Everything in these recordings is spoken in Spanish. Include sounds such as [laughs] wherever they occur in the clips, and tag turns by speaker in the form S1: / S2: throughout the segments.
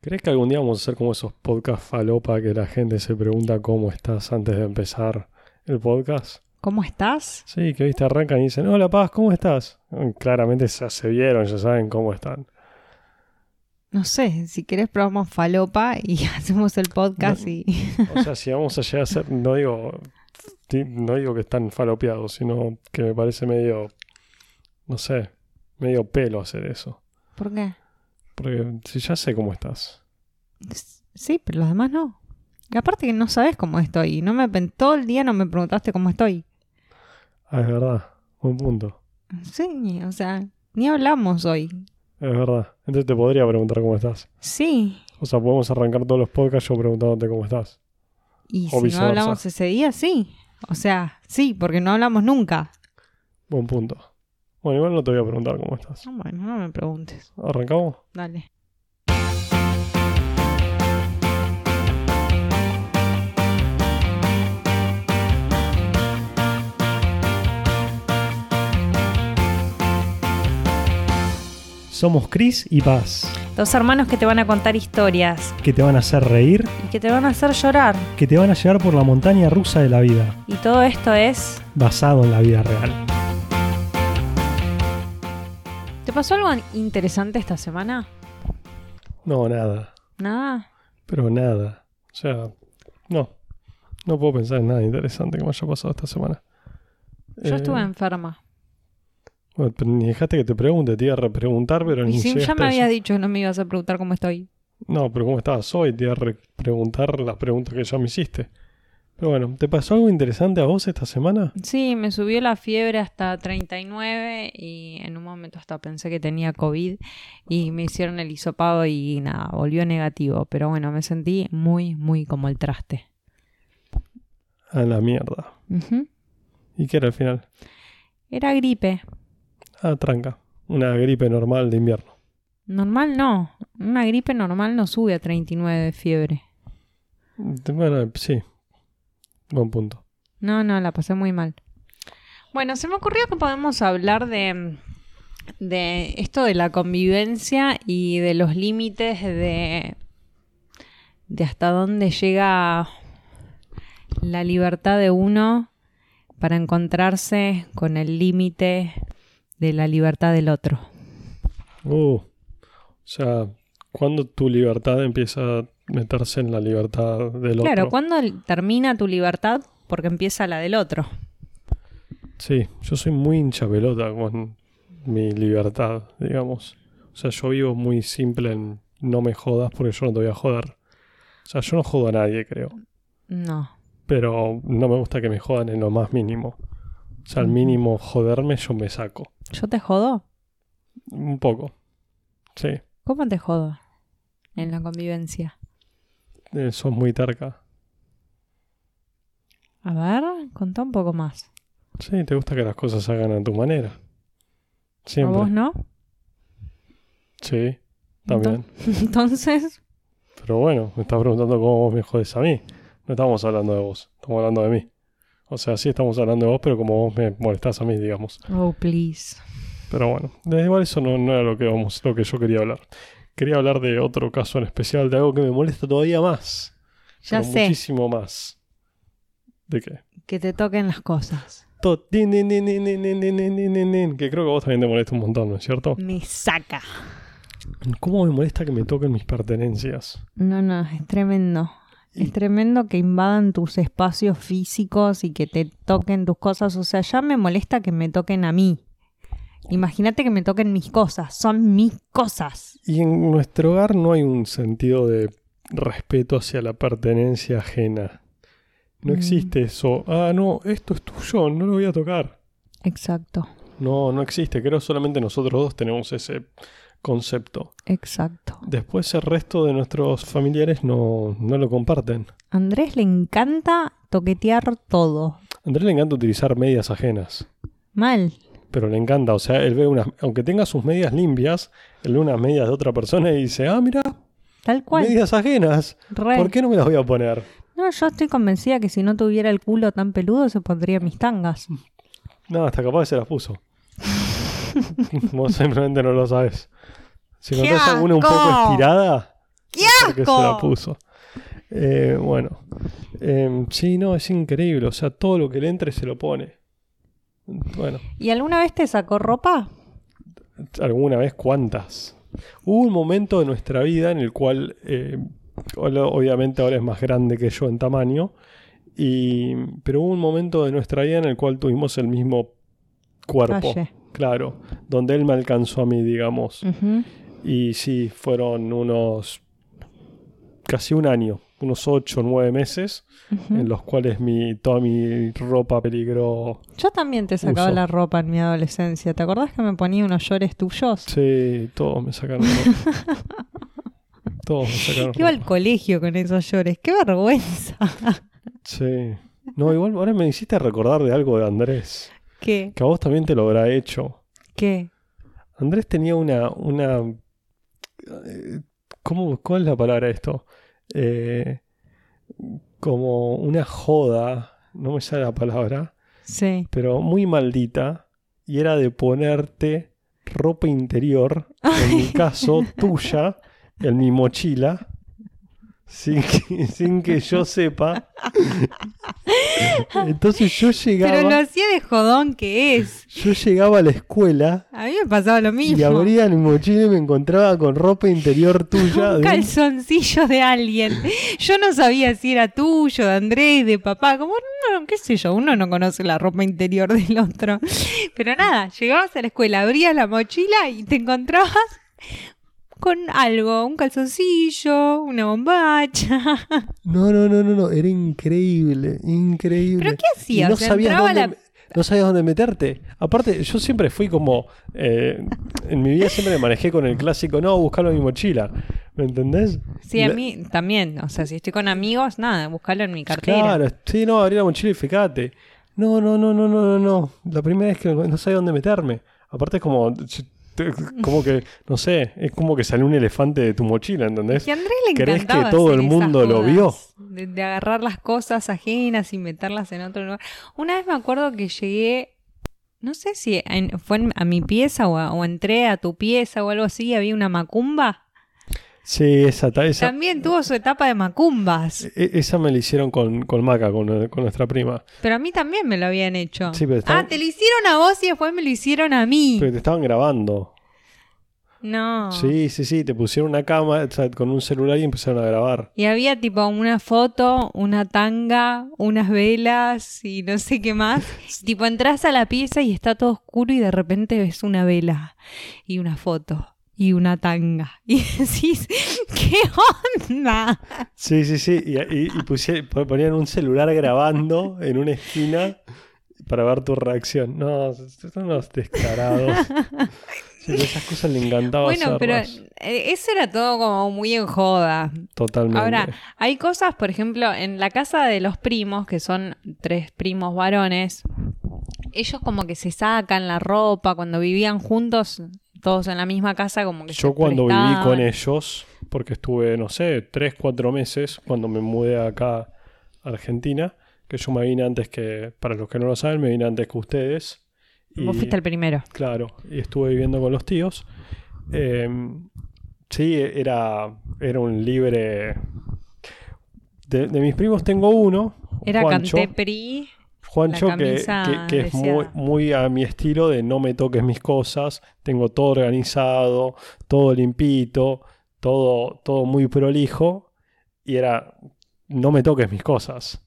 S1: ¿Crees que algún día vamos a hacer como esos podcasts falopa que la gente se pregunta cómo estás antes de empezar el podcast?
S2: ¿Cómo estás?
S1: Sí, que viste, arrancan y dicen, hola Paz, ¿cómo estás? Mm, Claramente ya se vieron, ya saben cómo están.
S2: No sé, si querés probamos falopa y [laughs] hacemos el podcast y...
S1: O sea, si vamos a llegar a ser, no digo, ti- no digo que están falopeados, sino que me parece medio, no sé, medio pelo hacer eso.
S2: [laughs] ¿Por qué?
S1: Porque si ya sé cómo estás.
S2: S- Sí, pero los demás no. Y aparte que no sabes cómo estoy. No me pen- todo el día no me preguntaste cómo estoy.
S1: Ah, es verdad, buen punto.
S2: Sí, o sea, ni hablamos hoy.
S1: Es verdad. Entonces te podría preguntar cómo estás.
S2: Sí.
S1: O sea, podemos arrancar todos los podcasts yo preguntándote cómo estás.
S2: Y
S1: O
S2: si
S1: viceversa.
S2: no hablamos ese día, sí. O sea, sí, porque no hablamos nunca.
S1: Buen punto. Bueno, igual no te voy a preguntar cómo estás.
S2: No, Ah, Bueno, no me preguntes.
S1: ¿Arrancamos?
S2: Dale.
S1: Somos Cris y Paz,
S3: Dos hermanos que te van a contar historias
S1: que te van a hacer reír,
S3: y que te van a hacer llorar.
S1: que te van a llevar por la montaña rusa de la vida,
S3: Y todo esto es...
S1: basado en la vida real.
S2: ¿Te pasó algo interesante esta semana?
S1: No, nada.
S2: Nada.
S1: Pero nada. O sea, no. No puedo pensar en nada interesante que me haya pasado esta semana.
S2: Yo
S1: Eh,
S2: estuve enferma.
S1: bueno, pero ni dejaste que te pregunte, te iba a repreguntar, pero
S2: Y
S1: ni
S2: si ya
S1: llegaste
S2: me
S1: a eso.
S2: habías dicho que no me ibas a preguntar cómo estoy.
S1: No, pero ¿cómo estabas hoy? Te iba a re- preguntar las preguntas que ya me hiciste. Pero bueno, ¿te pasó algo interesante a vos esta semana?
S2: Sí, me subió la fiebre hasta 39 y en un momento hasta pensé que tenía COVID y me hicieron el hisopado y nada, volvió negativo. Pero bueno, me sentí muy, muy como el traste.
S1: A la mierda.
S2: Ujú.
S1: ¿Y qué era al final?
S2: Era gripe.
S1: Ah, tranca. Una gripe normal de invierno.
S2: Normal no. Una gripe normal no sube a 39 de fiebre.
S1: Bueno, sí. Buen punto.
S2: No, no, la pasé muy mal. Bueno, se me ocurrió que podemos hablar de, de esto de la convivencia y de los límites de, de hasta dónde llega la libertad de uno para encontrarse con el límite de la libertad del otro.
S1: Uh, o sea, ¿cuándo tu libertad empieza a meterse en la libertad del
S2: Claro,
S1: otro?
S2: ¿cuándo termina tu libertad? Porque empieza la del otro.
S1: Sí, yo soy muy hincha pelota con mi libertad, digamos. O sea, yo vivo muy simple en no me jodas porque yo no te voy a joder. O sea, yo no jodo a nadie, creo.
S2: No.
S1: Pero no me gusta que me jodan en lo más mínimo. O sea, al
S2: Ujú.
S1: mínimo joderme yo me saco.
S2: ¿Yo te jodo?
S1: Un poco. Sí,
S2: ¿Cómo te jodo en la convivencia?
S1: eh, sos muy terca.
S2: A ver, contá un poco más.
S1: Sí, te gusta que las cosas se hagan a tu manera.
S2: ¿A vos
S1: Siempre.
S2: no? [laughs]
S1: Sí, también.
S2: Entonces,
S1: Pero bueno, me estás preguntando cómo vos me jodes a mí. No estamos hablando de vos, estamos hablando de mí. O sea, sí estamos hablando de vos, pero como vos me molestás a mí, digamos.
S2: oh, please.
S1: Pero bueno, da igual eso no, no era lo que, vamos, lo que yo quería hablar. Quería hablar de otro caso en especial, de algo que me molesta todavía más.
S2: Ya
S1: pero
S2: sé
S1: Muchísimo más. ¿De qué?
S2: que te toquen las cosas.
S1: To- tin, tin, tin, tin, tin, tin, tin, tin, tin, tin, Que creo que a vos también te molesta un montón, ¿no es cierto?
S2: Me saca.
S1: ¿Cómo me molesta que me toquen mis pertenencias?
S2: No, no, es tremendo. Es tremendo que invadan tus espacios físicos y que te toquen tus cosas. O sea, ya me molesta que me toquen a mí. Imagínate que me toquen mis cosas. Son mis cosas.
S1: Y en nuestro hogar no hay un sentido de respeto hacia la pertenencia ajena. No
S2: Mm.
S1: existe eso. Ah, no, esto es tuyo, no lo voy a tocar.
S2: Exacto,
S1: No, no existe. Creo solamente nosotros dos tenemos ese concepto.
S2: exacto.
S1: Después el resto de nuestros familiares no, no lo comparten.
S2: A Andrés le encanta toquetear todo.
S1: A Andrés le encanta utilizar medias ajenas.
S2: Mal.
S1: Pero le encanta, o sea, él ve unas, aunque tenga sus medias limpias, él ve unas medias de otra persona y dice, ah, mira,
S2: Tal cual.
S1: medias ajenas,
S2: Re.
S1: ¿por qué no me las voy a poner?
S2: No, yo estoy convencida que si no tuviera el culo tan peludo se pondría mis tangas.
S1: No, hasta capaz que se las
S2: [laughs]
S1: puso. Vos simplemente no lo sabes. Si
S2: ¡Qué
S1: encontrás alguna un poco
S2: asco!
S1: estirada,
S2: ¡Qué
S1: porque se la
S2: asco!
S1: puso. Eh, bueno. Eh, sí, no, es increíble. O sea, todo lo que le entre se lo pone. Bueno,
S2: ¿Y alguna vez te sacó ropa?
S1: alguna vez cuántas. Hubo un momento de nuestra vida en el cual, eh, hola- obviamente ahora es más grande que yo en tamaño, y, pero hubo un momento de nuestra vida en el cual tuvimos el mismo cuerpo.
S2: Talle.
S1: Claro, donde él me alcanzó a mí, digamos.
S2: Ujú.
S1: Y sí, fueron unos casi un año, unos ocho o nueve meses,
S2: Ujú.
S1: en los cuales mi, toda mi ropa peligró.
S2: Yo también te sacaba
S1: Uso.
S2: la ropa en mi adolescencia. ¿Te acordás que me ponía unos llores tuyos?
S1: Sí, todos me sacaron. ropa. todos me sacaron.
S2: Iba al
S1: ropa.
S2: colegio con esos llores. ¡Qué vergüenza! [laughs]
S1: Sí. No, igual ahora me hiciste recordar de algo de Andrés,
S2: ¿Qué?
S1: que a vos también te lo habrá hecho.
S2: ¿Qué?
S1: Andrés tenía una. una eh, ¿cómo, ¿Cuál es la palabra de esto? Eh, como una joda, no me sale la palabra,
S2: Sí.
S1: pero muy maldita, y era de ponerte ropa interior, en mi caso tuya, en mi mochila, sin que, [laughs] sin que yo sepa. Entonces yo
S2: Pero lo
S1: llegaba,
S2: hacía de jodón que es.
S1: yo llegaba a la escuela
S2: A mí me pasaba lo mismo.
S1: y abría mi mochila y me encontraba con ropa interior tuya.
S2: un
S1: de un-
S2: calzoncillo de alguien. Yo no sabía si era tuyo, de Andrés, de papá, como no, qué sé yo, uno no conoce la ropa interior del otro. Pero nada, llegabas a la escuela, abrías la mochila y te encontrabas con algo, un calzoncillo, una bombacha. [laughs]
S1: No, no, no, no, no, era increíble, increíble.
S2: ¿Pero qué
S1: Y
S2: hacías?
S1: no
S2: O sea,
S1: sabías
S2: entraba
S1: dónde,
S2: la-
S1: no sabías dónde meterte. Aparte, yo siempre fui como, eh, en mi vida siempre me manejé con el clásico, no, buscarlo en mi mochila, ¿me entendés?
S2: Sí, a
S1: La-
S2: mí también, o sea, si estoy con amigos, nada, buscarlo en mi cartera.
S1: Claro, sí, no, abrí la mochila y fíjate. No, no, no, no, no, no, no. La primera vez que no sabía dónde meterme. Aparte es como, como que, no sé, es como que sale un elefante de tu mochila, ¿entendés?
S2: Que a Andrés le
S1: ¿Querés
S2: encantaba
S1: que todo
S2: hacer
S1: el
S2: esas
S1: mundo lo
S2: jodas
S1: vio?
S2: De, de agarrar las cosas ajenas y meterlas en otro lugar. Una vez me acuerdo que llegué, no sé si en- fue en- a mi pieza o, a- o entré a tu pieza o algo así, y había una macumba.
S1: Sí, esa, ta- esa,
S2: También tuvo su etapa de macumbas,
S1: e- esa me la hicieron con, con Maca, con, eh, con nuestra prima.
S2: pero a mí también me lo habían hecho.
S1: Sí, pero
S2: ah,
S1: estaban-
S2: te lo hicieron a vos y después me lo hicieron a mí.
S1: Pero te estaban grabando.
S2: No.
S1: Sí, sí, sí, te pusieron una cámara o sea, con un celular y empezaron a grabar.
S2: Y había tipo una foto, una tanga, unas velas y no sé qué más. Y, tipo entras a la pieza y está todo oscuro y de repente ves una vela y una foto y una tanga. [laughs] Y decís, ¿qué onda?
S1: Sí, sí, sí, y, y- y pusie- po- ponían un celular grabando en una esquina para ver tu reacción. No, son unos
S2: [laughs]
S1: descarados. Sí, esas cosas le encantaba
S2: Bueno, pero
S1: hacerlas.
S2: eh, eso era todo como muy en joda.
S1: Totalmente.
S2: Ahora, hay cosas, por ejemplo, en la casa de los primos, que son tres primos varones, ellos como que se sacan la ropa cuando vivían juntos, todos en la misma casa, como que
S1: Yo
S2: se
S1: cuando viví
S2: prestaban.
S1: con e- ellos, porque estuve, no sé, tres, cuatro meses cuando me mudé acá a Argentina, que yo me vine antes que, para los que no lo saben, me vine antes que ustedes. Y,
S2: Vos fuiste el primero.
S1: Claro, y estuve viviendo con los tíos. Eh, sí, era, era un libre... De, de mis primos tengo uno,
S2: Era
S1: Juancho,
S2: Cantepri.
S1: Juancho
S2: la
S1: que, que-
S2: camisa
S1: que es muy,
S2: deseada.
S1: muy a mi estilo de no me toques mis cosas, tengo todo organizado, todo limpito, todo, todo muy prolijo, y era no me toques mis cosas.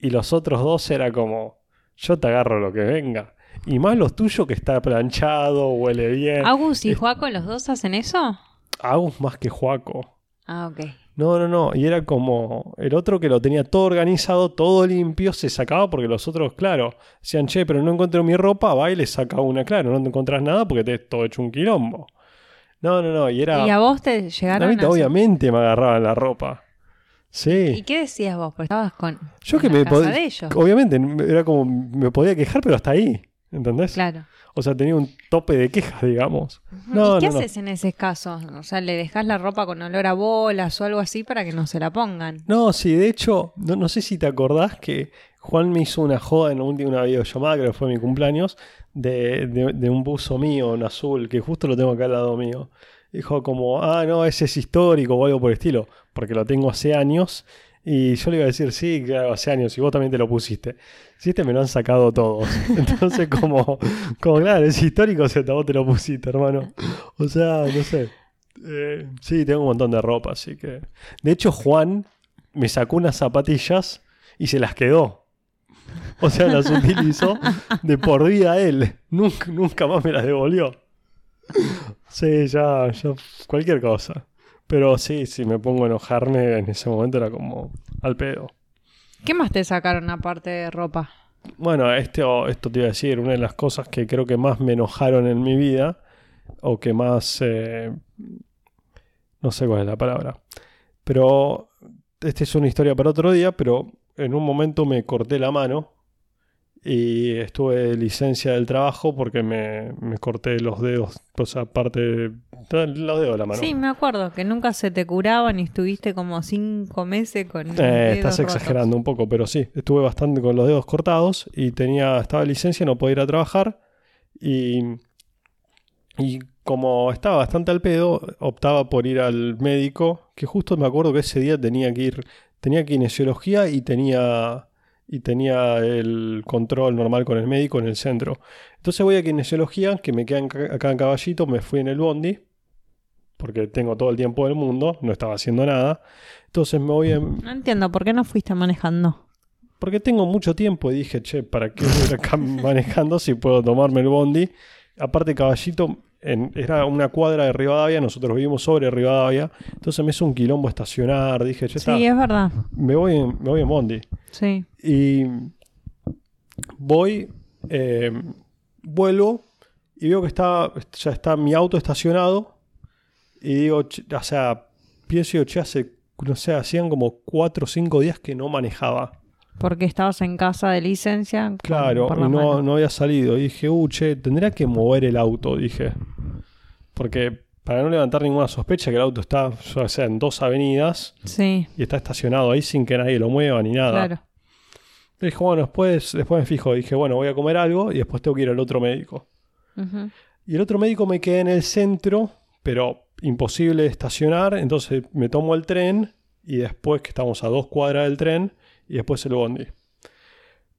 S1: Y los otros dos era como yo te agarro lo que venga. Y más los tuyos que está planchado, huele bien.
S2: Agus y
S1: es-
S2: Juaco, ¿los dos hacen eso?
S1: Agus más que Juaco.
S2: Ah, ok.
S1: No, no, no. Y era como el otro que lo tenía todo organizado, todo limpio, se sacaba porque los otros, claro, decían, che, pero no encuentro mi ropa, va y le saca una, claro, no te encontrás nada porque te todo hecho un quilombo. No, no, no. Y era.
S2: ¿Y a vos te
S1: A
S2: llegaron
S1: mí,
S2: a-
S1: obviamente, me agarraban la ropa. Sí.
S2: ¿Y qué decías vos? Porque estabas con
S1: Yo
S2: en
S1: que
S2: la
S1: me
S2: casa
S1: podía.
S2: de ellos.
S1: Obviamente, era como. Me podía quejar, pero hasta ahí. ¿Entendés?
S2: Claro.
S1: O sea, tenía un tope de quejas, digamos. No,
S2: ¿Y qué
S1: no, no.
S2: haces en ese caso? O sea, ¿le dejas la ropa con olor a bolas o algo así para que no se la pongan?
S1: No, sí, de hecho, no, no sé si te acordás que Juan me hizo una joda en un- una videollamada, creo que fue mi cumpleaños, de, de- de un buzo mío en azul, que justo lo tengo acá al lado mío. dijo como, ah, no, ese es histórico o algo por el estilo, porque lo tengo hace años. Y yo le iba a decir, sí, claro, hace años, y vos también te lo pusiste. Si este me lo han sacado todos. [laughs] Entonces, como, como claro, es histórico, se vos te lo pusiste, hermano. O sea, no sé. Eh, sí, tengo un montón de ropa, así que. De hecho, Juan me sacó unas zapatillas y se las quedó. O sea, las utilizó de por vida él. Nunca, nunca más me las devolvió. Sí, ya, ya, cualquier cosa. Pero sí, si me pongo a enojarme en ese momento era como al pedo.
S2: ¿Qué más te sacaron aparte de ropa?
S1: Bueno, este, o- esto te iba a decir, una de las cosas que creo que más me enojaron en mi vida, o que más... eh, no sé cuál es la palabra. Pero esta es una historia para otro día, pero en un momento me corté la mano y estuve de licencia del trabajo porque me, me corté los dedos, o sea, parte... de- Los dedos de la mano.
S2: Sí, me acuerdo que nunca se te curaban y estuviste como cinco meses con. los
S1: Eh,
S2: dedos
S1: estás
S2: rotos.
S1: exagerando un poco, pero sí, estuve bastante con los dedos cortados y tenía, estaba de licencia, no podía ir a trabajar y, y como estaba bastante al pedo, optaba por ir al médico, que justo me acuerdo que ese día tenía que ir, tenía kinesiología y tenía, y tenía el control normal con el médico en el centro. Entonces voy a kinesiología, que me queda en ca- acá en caballito, me fui en el bondi. Porque tengo todo el tiempo del mundo, no estaba haciendo nada. Entonces me voy en,
S2: No entiendo, ¿por qué no fuiste manejando?
S1: porque tengo mucho tiempo y dije, che, ¿para qué voy a ir acá [laughs] manejando si puedo tomarme el bondi? Aparte, Caballito en- era una cuadra de Rivadavia, nosotros vivimos sobre Rivadavia, entonces me hizo un quilombo estacionar, dije, che, está,
S2: Sí, es verdad.
S1: me, voy en, me voy en bondi.
S2: Sí.
S1: Y voy, eh, vuelvo y veo que está, ya está mi auto estacionado. Y digo, "Ch- o sea, pienso, y digo, che, hace, no sé, hacían como cuatro o cinco días que no manejaba.
S2: Porque estabas en casa de licencia. con-
S1: Claro,
S2: por
S1: y
S2: la
S1: no,
S2: mano.
S1: no había salido. Y dije, uh, che, tendría que mover el auto, dije. Porque para no levantar ninguna sospecha que el auto está, o sea, en dos avenidas
S2: Sí,
S1: y está estacionado ahí sin que nadie lo mueva ni nada.
S2: claro.
S1: Dije, bueno, después, después me fijo. Dije, bueno, voy a comer algo y después tengo que ir al otro médico.
S2: Ujú.
S1: Y el otro médico me quedé en el centro, pero imposible de estacionar. Entonces me tomo el tren y después, que estamos a dos cuadras del tren, y después el bondi.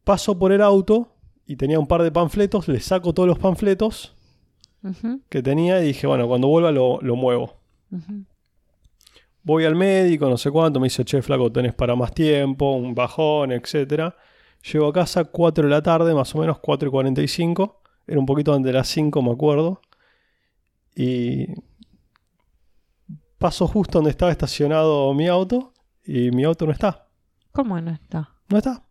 S1: Paso por el auto y tenía un par de panfletos, le saco todos los panfletos
S2: Ujú,
S1: que tenía y dije, bueno, cuando vuelva lo, lo muevo.
S2: ujú.
S1: Voy al médico, no sé cuánto, me dice, che, flaco, tenés para más tiempo, un bajón, etc. Llego a casa 4 de la tarde, más o menos 4 y 45. Era un poquito antes de las 5, me acuerdo. Y paso justo donde estaba estacionado mi auto y mi auto no está.
S2: ¿Cómo no está?
S1: No está.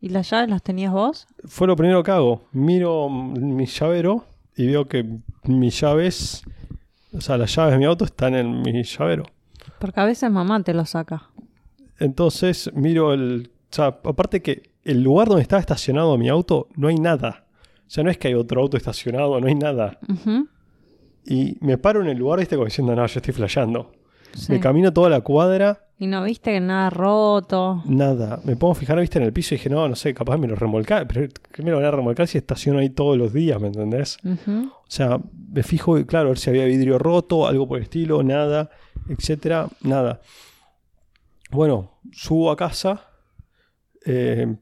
S2: ¿Y las llaves las tenías vos?
S1: Fue lo primero que hago. Miro mm, mi llavero y veo que mis llaves, o sea, las llaves de mi auto están en mi llavero.
S2: Porque a veces mamá te lo saca.
S1: Entonces miro el. O sea, aparte que el lugar donde estaba estacionado mi auto no hay nada. O sea, no es que hay otro auto estacionado, no hay nada.
S2: Ujú,
S1: Y me paro en el lugar este como diciendo, no, yo estoy flasheando.
S2: sí.
S1: Me camino toda la cuadra,
S2: Y no viste que nada roto.
S1: nada. Me pongo a fijar, viste, en el piso y dije, no, no sé, capaz me lo remolcar. Pero ¿qué me lo van a remolcar si estaciono ahí todos los días, ¿me entendés?
S2: Ujú.
S1: O sea, me fijo, y, claro, a ver si había vidrio roto, algo por el estilo, nada, etcétera, nada. Bueno, subo a casa, eh,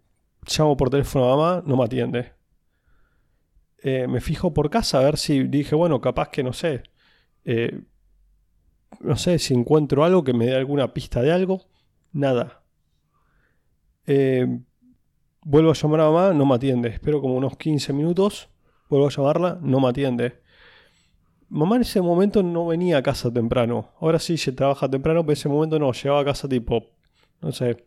S1: llamo por teléfono a mamá, no me atiende. Eh, me fijo por casa a ver si dije, bueno, capaz que no sé, eh, no sé si encuentro algo que me dé alguna pista de algo, nada. Eh, vuelvo a llamar a mamá, no me atiende, espero como unos 15 minutos. Vuelvo a llamarla, no me atiende. Mamá en ese momento no venía a casa temprano. Ahora sí se trabaja temprano, pero en ese momento no. Llegaba a casa tipo, no sé,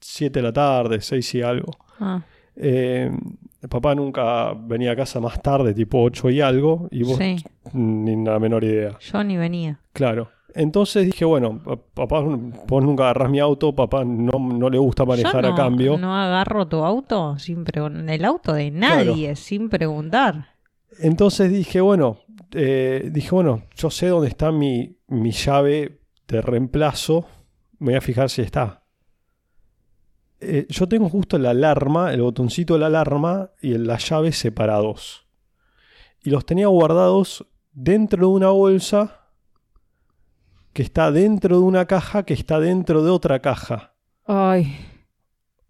S1: 7 de la tarde, 6 y algo.
S2: Ah,
S1: Eh, el papá nunca venía a casa más tarde, tipo 8 y algo, y vos
S2: sí,
S1: ni la menor idea.
S2: yo ni venía.
S1: Claro. Entonces dije, bueno, pa- papá, vos nunca agarrás mi auto, papá no, no le gusta manejar
S2: Yo no-
S1: a cambio.
S2: No agarro tu auto sin pregun- el auto de nadie, sin preguntar.
S1: Entonces dije, bueno, eh, dije, bueno, yo sé dónde está mi, mi llave de reemplazo, me voy a fijar si está. Eh, yo tengo justo la alarma, el botoncito de la alarma y el- las llaves separados. Y los tenía guardados dentro de una bolsa que está dentro de una caja que está dentro de otra caja.
S2: Ay,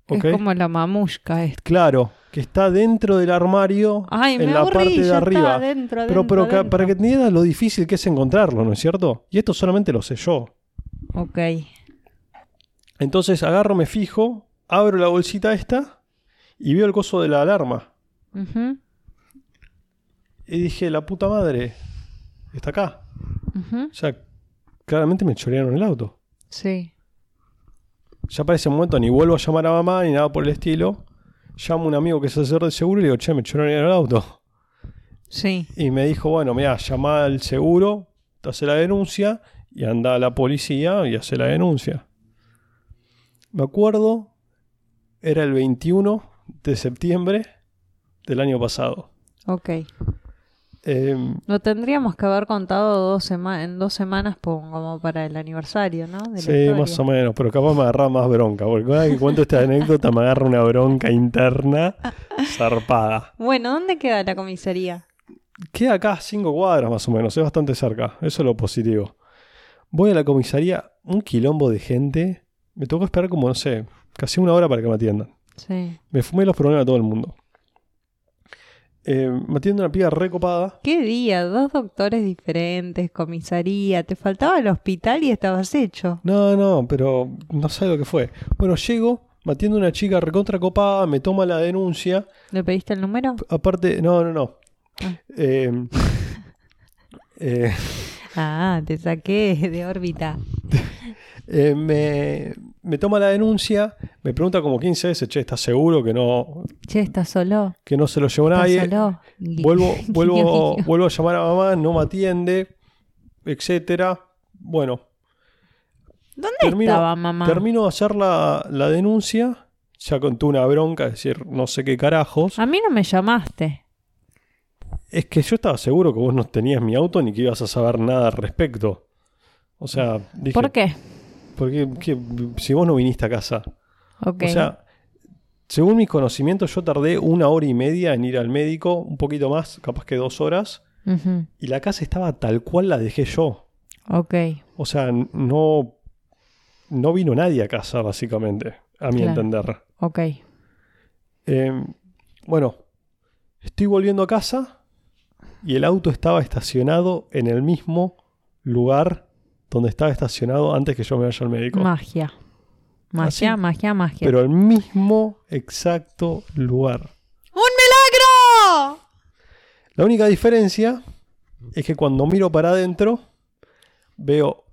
S1: ¿Ok?
S2: es como la mamushka esta.
S1: Claro, que está dentro del armario
S2: Ay, me
S1: en la
S2: aburrí,
S1: parte de
S2: ya está,
S1: arriba.
S2: adentro,
S1: pero pero
S2: adentro,
S1: ca- para que
S2: adentro.
S1: entiendas lo difícil que es encontrarlo, ¿no es cierto? Y esto solamente lo sé yo.
S2: Ok.
S1: Entonces agarro, me fijo, abro la bolsita esta y veo el coso de la alarma.
S2: Ujú,
S1: Y dije, la puta madre, está acá.
S2: ujú.
S1: O sea, claramente me chorearon el auto.
S2: Sí.
S1: Ya para ese momento ni vuelvo a llamar a mamá ni nada por el estilo. Llamo a un amigo que es asesor de seguro y le digo, che, me chorearon el auto.
S2: Sí.
S1: Y me dijo, bueno, mira, llama al seguro, hace la denuncia y anda a la policía y hace la denuncia. Me acuerdo, era el 21 de septiembre del año pasado.
S2: Ok.
S1: Em,
S2: Lo tendríamos que haber contado dos sema- en dos semanas po- como para el aniversario, ¿no? De la
S1: sí,
S2: historia.
S1: más o menos, pero capaz me agarra más bronca, porque cada vez que cuento esta anécdota me agarra una bronca interna zarpada.
S2: Bueno, ¿dónde queda la comisaría?
S1: Queda acá a cinco cuadras más o menos, es bastante cerca, eso es lo positivo. Voy a la comisaría, un quilombo de gente, me tocó esperar como, no sé, casi una hora para que me atiendan.
S2: Sí.
S1: Me fumé los problemas de todo el mundo. Eh, me atiende una piba recopada.
S2: ¿Qué día? Dos doctores diferentes, comisaría. Te faltaba el hospital y estabas hecho.
S1: No, no, pero no sé lo que fue. Bueno, llego, me atiende una chica recontra copada, me toma la denuncia.
S2: ¿Le pediste el número?
S1: Aparte, no, no, no.
S2: Ah.
S1: Eh, eh,
S2: Ah, te saqué de órbita.
S1: Eh, me, me toma la denuncia, me pregunta como 15 veces, che, ¿estás seguro que no,
S2: Che, ¿estás solo?
S1: que no se lo llevó
S2: ¿Estás
S1: nadie?
S2: solo?
S1: eh,
S2: [laughs]
S1: Vuelvo, vuelvo,
S2: Guiño, guiño.
S1: vuelvo a llamar a mamá, no me atiende, etcétera. Bueno,
S2: ¿Dónde
S1: termino-
S2: estaba mamá?
S1: termino de hacer la, la denuncia, ya contó una bronca, es decir, no sé qué carajos.
S2: A mí no me llamaste.
S1: Es que yo estaba seguro que vos no tenías mi auto ni que ibas a saber nada al respecto. O sea, dije,
S2: ¿Por qué?
S1: ¿por qué- qué- si vos no viniste a casa?
S2: Ok.
S1: O sea, según mis conocimientos, yo tardé una hora y media en ir al médico, un poquito más, capaz que dos horas,
S2: Ujú.
S1: y la casa estaba tal cual la dejé yo.
S2: Ok.
S1: O sea, n- no, no vino nadie a casa, básicamente, a mi
S2: Claro.
S1: entender.
S2: Ok.
S1: Eh, bueno, estoy volviendo a casa y el auto estaba estacionado en el mismo lugar donde estaba estacionado antes que yo me vaya al médico.
S2: Magia. Magia,
S1: Así.
S2: magia, magia.
S1: Pero el mismo exacto lugar.
S2: ¡Un milagro!
S1: La única diferencia es que cuando miro para adentro veo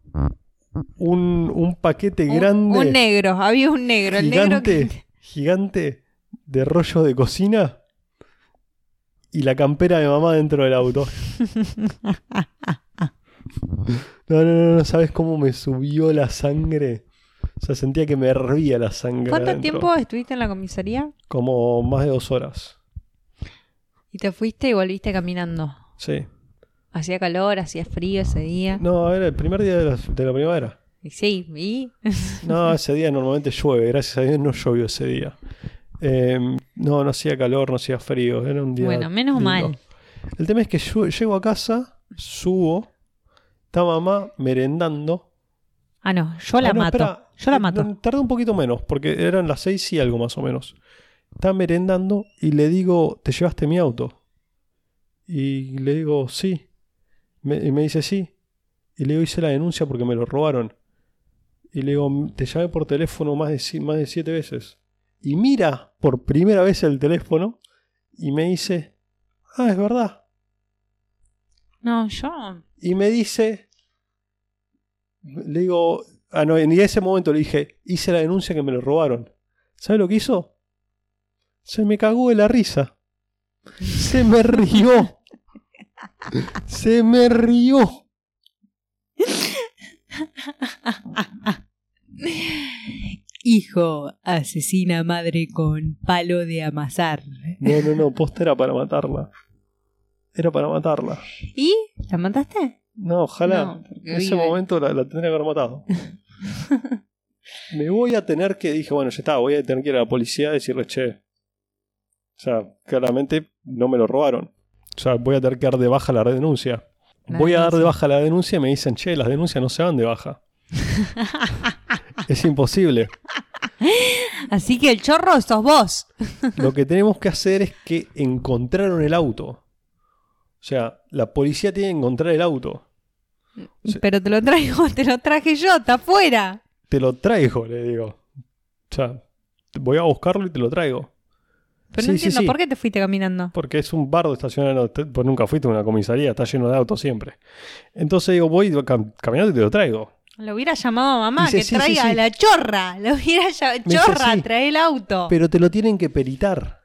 S1: un, un paquete
S2: Un-
S1: grande,
S2: Un, negro, había un negro. El negro
S1: gigante,
S2: que...
S1: gigante de rollo de cocina y la campera de mamá dentro del
S2: [laughs]
S1: auto. No, no, no, no, ¿sabes cómo me subió la sangre? O sea, sentía que me hervía la sangre.
S2: ¿Cuánto
S1: adentro.
S2: tiempo estuviste en la comisaría?
S1: Como más de dos horas.
S2: Y te fuiste y volviste caminando.
S1: Sí.
S2: Hacía calor, hacía frío ese día.
S1: No, era el primer día de la- de la primavera.
S2: Y sí, y...
S1: No, ese día normalmente llueve, gracias a Dios no llovió ese día. Eh, no, no hacía calor, no hacía frío, era un día.
S2: Bueno, menos
S1: lindo.
S2: mal.
S1: El tema es que yo llego a casa, subo, está mamá merendando.
S2: Ah, no, yo la
S1: Ah, no,
S2: mato.
S1: espera,
S2: Yo la
S1: eh,
S2: mato.
S1: no, tardé un poquito menos, porque eran las seis y algo más o menos. Está merendando y le digo, ¿te llevaste mi auto? Y le digo, sí. Me- y me dice, sí. Y le digo, hice la denuncia porque me lo robaron. Y le digo, te llamé por teléfono más de, si- más de siete veces. Y mira por primera vez el teléfono y me dice, ah, es verdad.
S2: No, yo.
S1: Y me dice, le digo, ah, no, en ese momento le dije, hice la denuncia que me lo robaron. ¿Sabe lo que hizo? Se me cagó de la risa. Se me rió. Se me rió.
S4: Hijo, asesina a madre con palo de amasar.
S1: No, no, no, posta era para matarla. Era para matarla.
S2: ¿Y? ¿La mataste?
S1: No, ojalá.
S2: No, porque
S1: en ese
S2: vive.
S1: momento la, la tendría que haber
S2: [laughs]
S1: matado. me voy a tener que, dije, bueno, ya está, voy a tener que ir a la policía a decirle, che. O sea, claramente no me lo robaron. O sea, voy a tener que dar de baja la denuncia.
S2: La
S1: Voy a dar de
S2: denuncia.
S1: baja la denuncia y me dicen, che, las denuncias no se van de
S2: [laughs]
S1: baja. es imposible.
S2: Así que el chorro sos vos.
S1: Lo que tenemos que hacer es que encontraron el auto. O sea, la policía tiene que encontrar el auto. Sí.
S2: Pero te lo traigo, te lo traje yo, está afuera.
S1: Te lo traigo, le digo. O sea, voy a buscarlo y te lo traigo.
S2: Pero
S1: Sí,
S2: no
S1: sí,
S2: entiendo,
S1: sí.
S2: ¿por qué te fuiste caminando?
S1: Porque es un bardo estacionado. te- Pues nunca fuiste a una comisaría, está lleno de autos siempre. Entonces digo, voy cam- caminando y te lo traigo.
S2: Lo hubiera llamado a mamá,
S1: Dice,
S2: que
S1: sí, sí,
S2: traiga
S1: sí.
S2: la chorra. Lo hubiera llamado,
S1: dice,
S2: chorra,
S1: sí.
S2: trae el auto.
S1: Pero te lo tienen que peritar.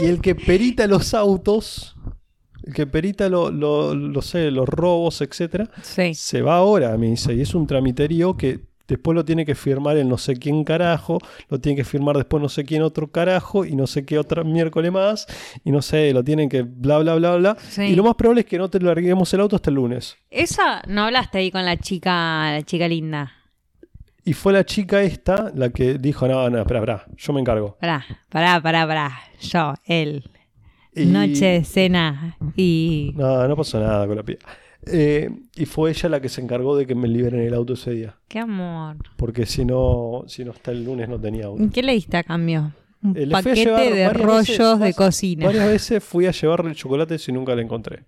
S1: y el que perita los autos, el que perita lo- lo- lo sé, los robos, etcétera,
S2: Sí.
S1: se va ahora, me dice, y es un tramiterío que después lo tiene que firmar el no sé quién carajo, lo tiene que firmar después no sé quién otro carajo, y no sé qué otra miércoles más, y no sé, lo tienen que bla, bla, bla, bla.
S2: Sí.
S1: Y lo más probable es que no te larguemos el auto hasta el lunes.
S2: Esa no hablaste ahí con la chica, la chica linda.
S1: Y fue la chica esta la que dijo, no, no, espera, espera, yo me encargo.
S2: Pará, pará, pará, pará. Yo, él.
S1: Y-
S2: Noche de cena y.
S1: No, no pasó nada con la piba. Eh, y fue ella la que se encargó de que me liberen el auto ese día.
S2: Qué amor.
S1: Porque si no, si no hasta el lunes no tenía auto.
S2: ¿Qué le diste a cambio? Un
S1: Eh, le fui a
S2: paquete
S1: llevar
S2: de
S1: varias
S2: rollos
S1: veces,
S2: de
S1: vas-
S2: cocina.
S1: Varias veces fui a llevarle chocolates y nunca la encontré.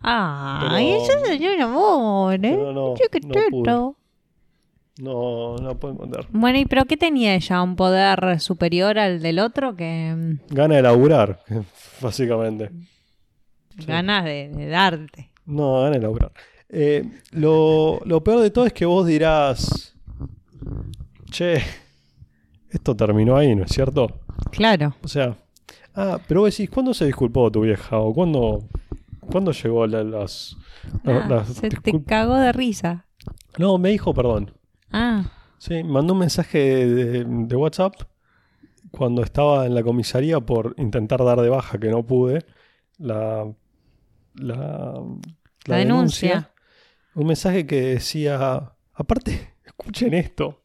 S2: Ay,
S1: Pero-
S2: ese señor un amor, ¿eh?
S1: Pero no,
S2: Yo qué
S1: no
S2: teto.
S1: pude. No, no puedo encontrar.
S2: Bueno, ¿y pero qué tenía ella? ¿Un poder superior al del otro? Que mm,
S1: Gana de laburar, [laughs] básicamente. Sí.
S2: ganas de, de darte.
S1: No, gana de laburar. Eh, lo, lo peor de todo es que vos dirás, che, esto terminó ahí, ¿no es cierto?
S2: Claro.
S1: O sea, ah, pero vos decís, ¿cuándo se disculpó tu vieja? ¿O cuándo, cuándo llegó la- las... la-
S2: Ah,
S1: las
S2: se te
S1: discul-
S2: cagó de risa.
S1: No, me dijo perdón.
S2: Ah,
S1: Sí, mandó un mensaje de, de WhatsApp cuando estaba en la comisaría por intentar dar de baja, que no pude, la, la,
S2: La denuncia.
S1: Un mensaje que decía, aparte, escuchen esto,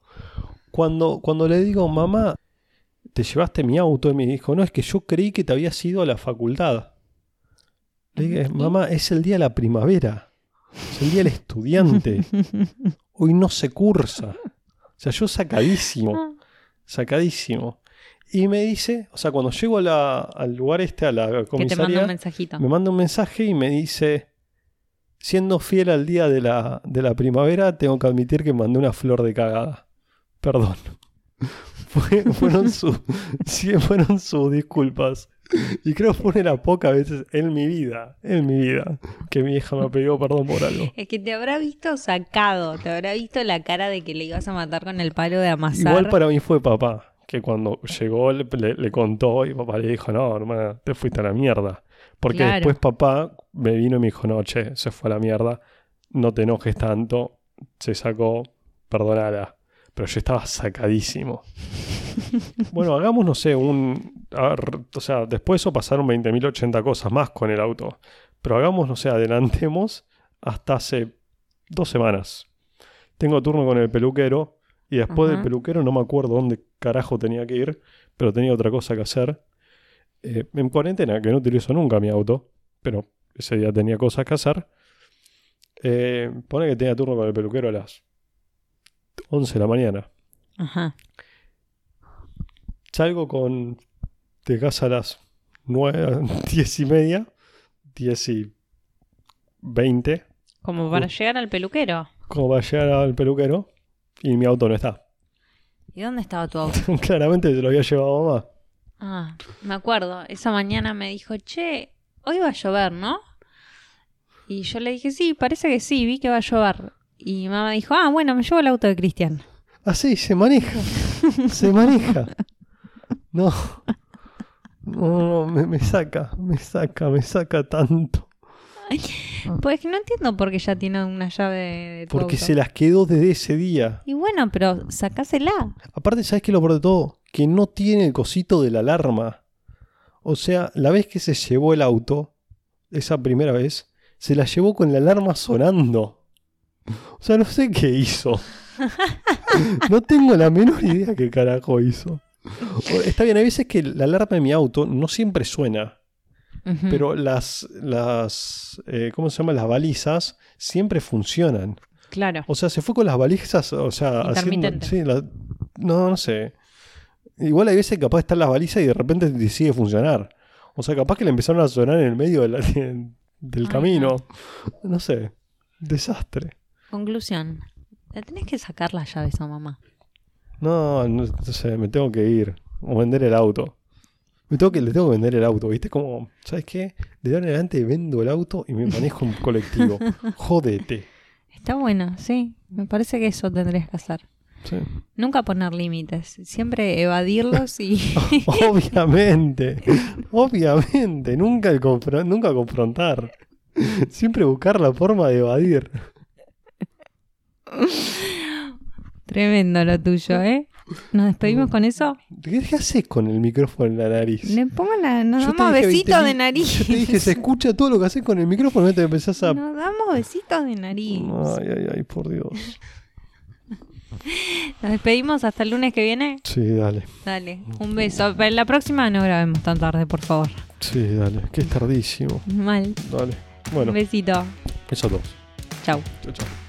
S1: cuando, cuando le digo, mamá, te llevaste mi auto, y me dijo, no, es que yo creí que te habías ido a la facultad. Le dije, mamá, es el día de la primavera, es el día del
S2: [laughs]
S1: estudiante, hoy no se cursa. O sea, yo
S2: Ah.
S1: sacadísimo. Sacadísimo. Y me dice, o sea, cuando llego a la- al lugar este, a la
S2: que te manda
S1: comisaría,
S2: un mensajito.
S1: me manda un mensaje y me dice, siendo fiel al día de la, de la primavera, tengo que admitir que mandé una flor de cagada. Perdón. [laughs] Fue- fueron, sus [laughs] sí, fueron sus disculpas. Y creo que fue una de las pocas veces en mi vida, en mi vida, que mi hija me pidió perdón por algo.
S2: Es que te habrá visto sacado, te habrá visto la cara de que le ibas a matar con el palo de amasar.
S1: Igual para mí fue papá, que cuando llegó le, le- le contó y papá le dijo, no, hermana, te fuiste a la mierda. Porque
S2: Claro.
S1: después papá me vino y me dijo, no, che, se fue a la mierda, no te enojes tanto, se sacó, perdonala. Pero yo estaba sacadísimo. bueno, hagamos, no sé, un... a ver, o sea, después de eso pasaron 20.080 cosas más con el auto. Pero hagamos, no sé, adelantemos hasta hace dos semanas. Tengo turno con el peluquero y después
S2: Ajá.
S1: del peluquero no me acuerdo dónde carajo tenía que ir, pero tenía otra cosa que hacer. Eh, en cuarentena, que no utilizo nunca mi auto, pero ese día tenía cosas que hacer. Eh, pone que tenía turno con el peluquero a las 11 de la mañana.
S2: Ajá.
S1: Salgo con de casa a las [laughs] 9, 10 y media, 10 y 20,
S2: Como para
S1: Uh.
S2: llegar al peluquero.
S1: como para llegar al peluquero, y mi auto no está. [laughs]
S2: ¿Y dónde estaba tu auto?
S1: Claramente se lo había llevado mamá.
S2: Ah, me acuerdo. Esa mañana me dijo, che, hoy va a llover, ¿no? Y yo le dije, sí, parece que sí, vi que va a llover. Y mamá dijo, ah, bueno, me llevo el auto de Cristian.
S1: Así, Ah, se maneja. Se maneja. No. No, no, me, me saca, me saca, me saca tanto.
S2: Pues no entiendo por qué ya tiene una llave de tu
S1: Porque
S2: auto.
S1: se las quedó desde ese día.
S2: Y bueno, pero sacásela.
S1: Aparte, ¿sabes qué es lo peor de todo? Que no tiene el cosito de la alarma. O sea, la vez que se llevó el auto, esa primera vez, se la llevó con la alarma sonando. O sea, no sé qué hizo. No tengo la menor idea qué carajo hizo. O- Está bien, hay veces que la alarma de mi auto no siempre suena.
S2: Ujú.
S1: Pero las, las eh, ¿cómo se llama? Las balizas siempre funcionan.
S2: claro.
S1: O sea, se fue con las balizas, o sea, haciendo...
S2: Intermitente.
S1: Sí, la- no, no sé. Igual hay veces que capaz están las balizas y de repente decide funcionar. O sea, capaz que le empezaron a sonar en el medio de la- [laughs] del
S2: Ay,
S1: camino. No sé. Desastre.
S2: Conclusión. Le tenés que sacar las llaves a mamá.
S1: No, no, no sé, me tengo que ir. O vender el auto. Me tengo que, le tengo que vender el auto, ¿viste? Como, ¿sabes qué? De ahora en adelante vendo el auto y me manejo en
S2: [laughs]
S1: colectivo. Jódete.
S2: Está bueno, sí. Me parece que eso tendrías que hacer.
S1: Sí.
S2: Nunca poner límites. Siempre evadirlos y. [laughs]
S1: Obviamente, obviamente, nunca, el confro- nunca confrontar. Siempre buscar la forma de evadir.
S2: Tremendo lo tuyo, ¿eh? ¿Nos despedimos con eso?
S1: ¿Qué, qué haces con el micrófono en la nariz?
S2: Le pongo la. Nos
S1: Pues, Yo te
S2: damos
S1: dije 20.000
S2: besitos de nariz.
S1: Yo te dije, se escucha todo lo que haces con el micrófono y te empezás a...
S2: Nos damos besitos de nariz.
S1: Ay, ay, ay, por Dios.
S2: Nos despedimos hasta el lunes que viene.
S1: Sí, dale.
S2: Dale, un beso. Pero la próxima no grabemos tan tarde, por favor.
S1: Sí, dale. Que es tardísimo.
S2: Mal.
S1: Dale. Bueno,
S2: Un besito.
S1: eso dos.
S2: Chau.
S1: Chao, chao.